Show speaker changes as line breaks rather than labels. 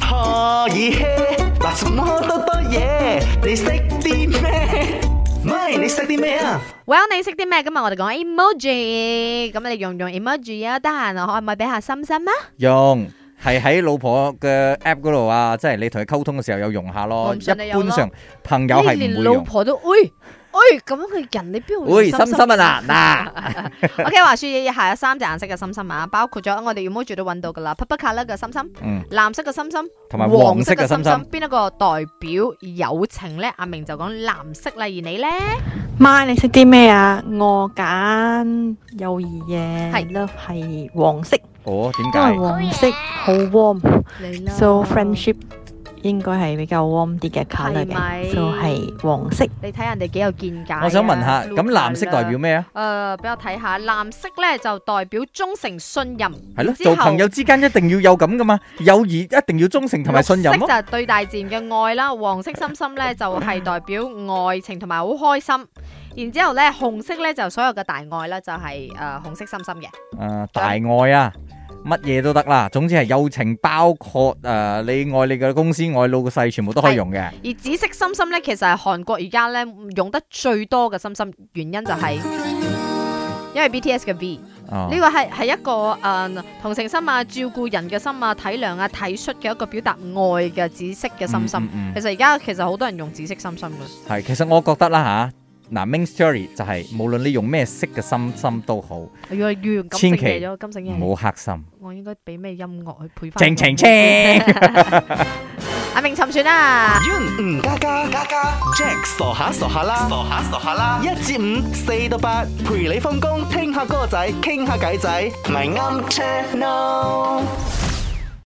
可以嘿，嗱什麼多多嘢，你識啲咩？咪你識啲咩啊？
Well，你識啲咩？今日我哋講 emoji，咁你用唔用 emoji 啊？得閒可唔可以俾下心心啊？
用係喺老婆嘅 app 嗰度啊，即係你同佢溝通嘅時候有用下
我
咯。
唔
一
信你有咯
般上朋友係
你
唔
連
會
老
用。
婆都，喂喂，咁佢人你邊會
喂，
用
心心啊嗱嗱。
OK，話說以下有三隻顏色嘅心心啊，包括咗我哋 emoji 都揾到噶啦，purple colour 嘅心心、
嗯，
藍色嘅心心
同埋黃色嘅
嘅
心
心
心，，
邊一個代表友情咧？阿明就講藍色啦，而你咧
媽，你識啲咩啊？我揀幼兒嘅
係
love 係黃色，
哦，點
因
解？
為黃色好 warm，so
你啦
friendship 應該係比較 warm 啲嘅 colour
係咪
嘅，so 係黃色。
你睇人哋幾有見解啊。
我想問下，咁藍色代表咩
誒，
啊？
俾我睇下，藍色咧就代表忠誠信任，
係咯，
然之後
做朋友之間一定要有咁噶嘛，友誼一定要忠誠同埋信任
綠色
咯
就。係對大自然嘅愛啦，黃色心心咧就係代表愛情同埋好開心。然之後咧，紅色咧就所有嘅大愛啦，就係、誒、紅色心心嘅。
誒，大愛啊，乜嘢都得啦，總之係友情，包括誒你愛你嘅公司、愛老細，全部都可以用嘅。
而紫色心心咧，其實係韓國而家咧用得最多嘅心心，原因就係、因為 BTS 嘅 V，
哦
呢個係係一個誒、同情心啊、照顧人嘅心啊、體諒啊、體恤嘅一個表達愛嘅紫色嘅心心。
嗯嗯嗯
其實而家其實好多人用紫色心心嘅。
係，其實我覺得啦吓，嗱，main story 就係無論你用咩色嘅心心都好，
哎呀，完咁
千
醒
祈
嘢咗，咁醒嘢。
唔好黑心。
我應該俾咩音樂去配翻？
正情車，
阿明沉船啦，
嗯，加加加加，Jack 傻下傻下啦，傻下傻下啦，一至五，四到八，陪你放工，聽下歌仔，傾下偈仔，咪啱 channel。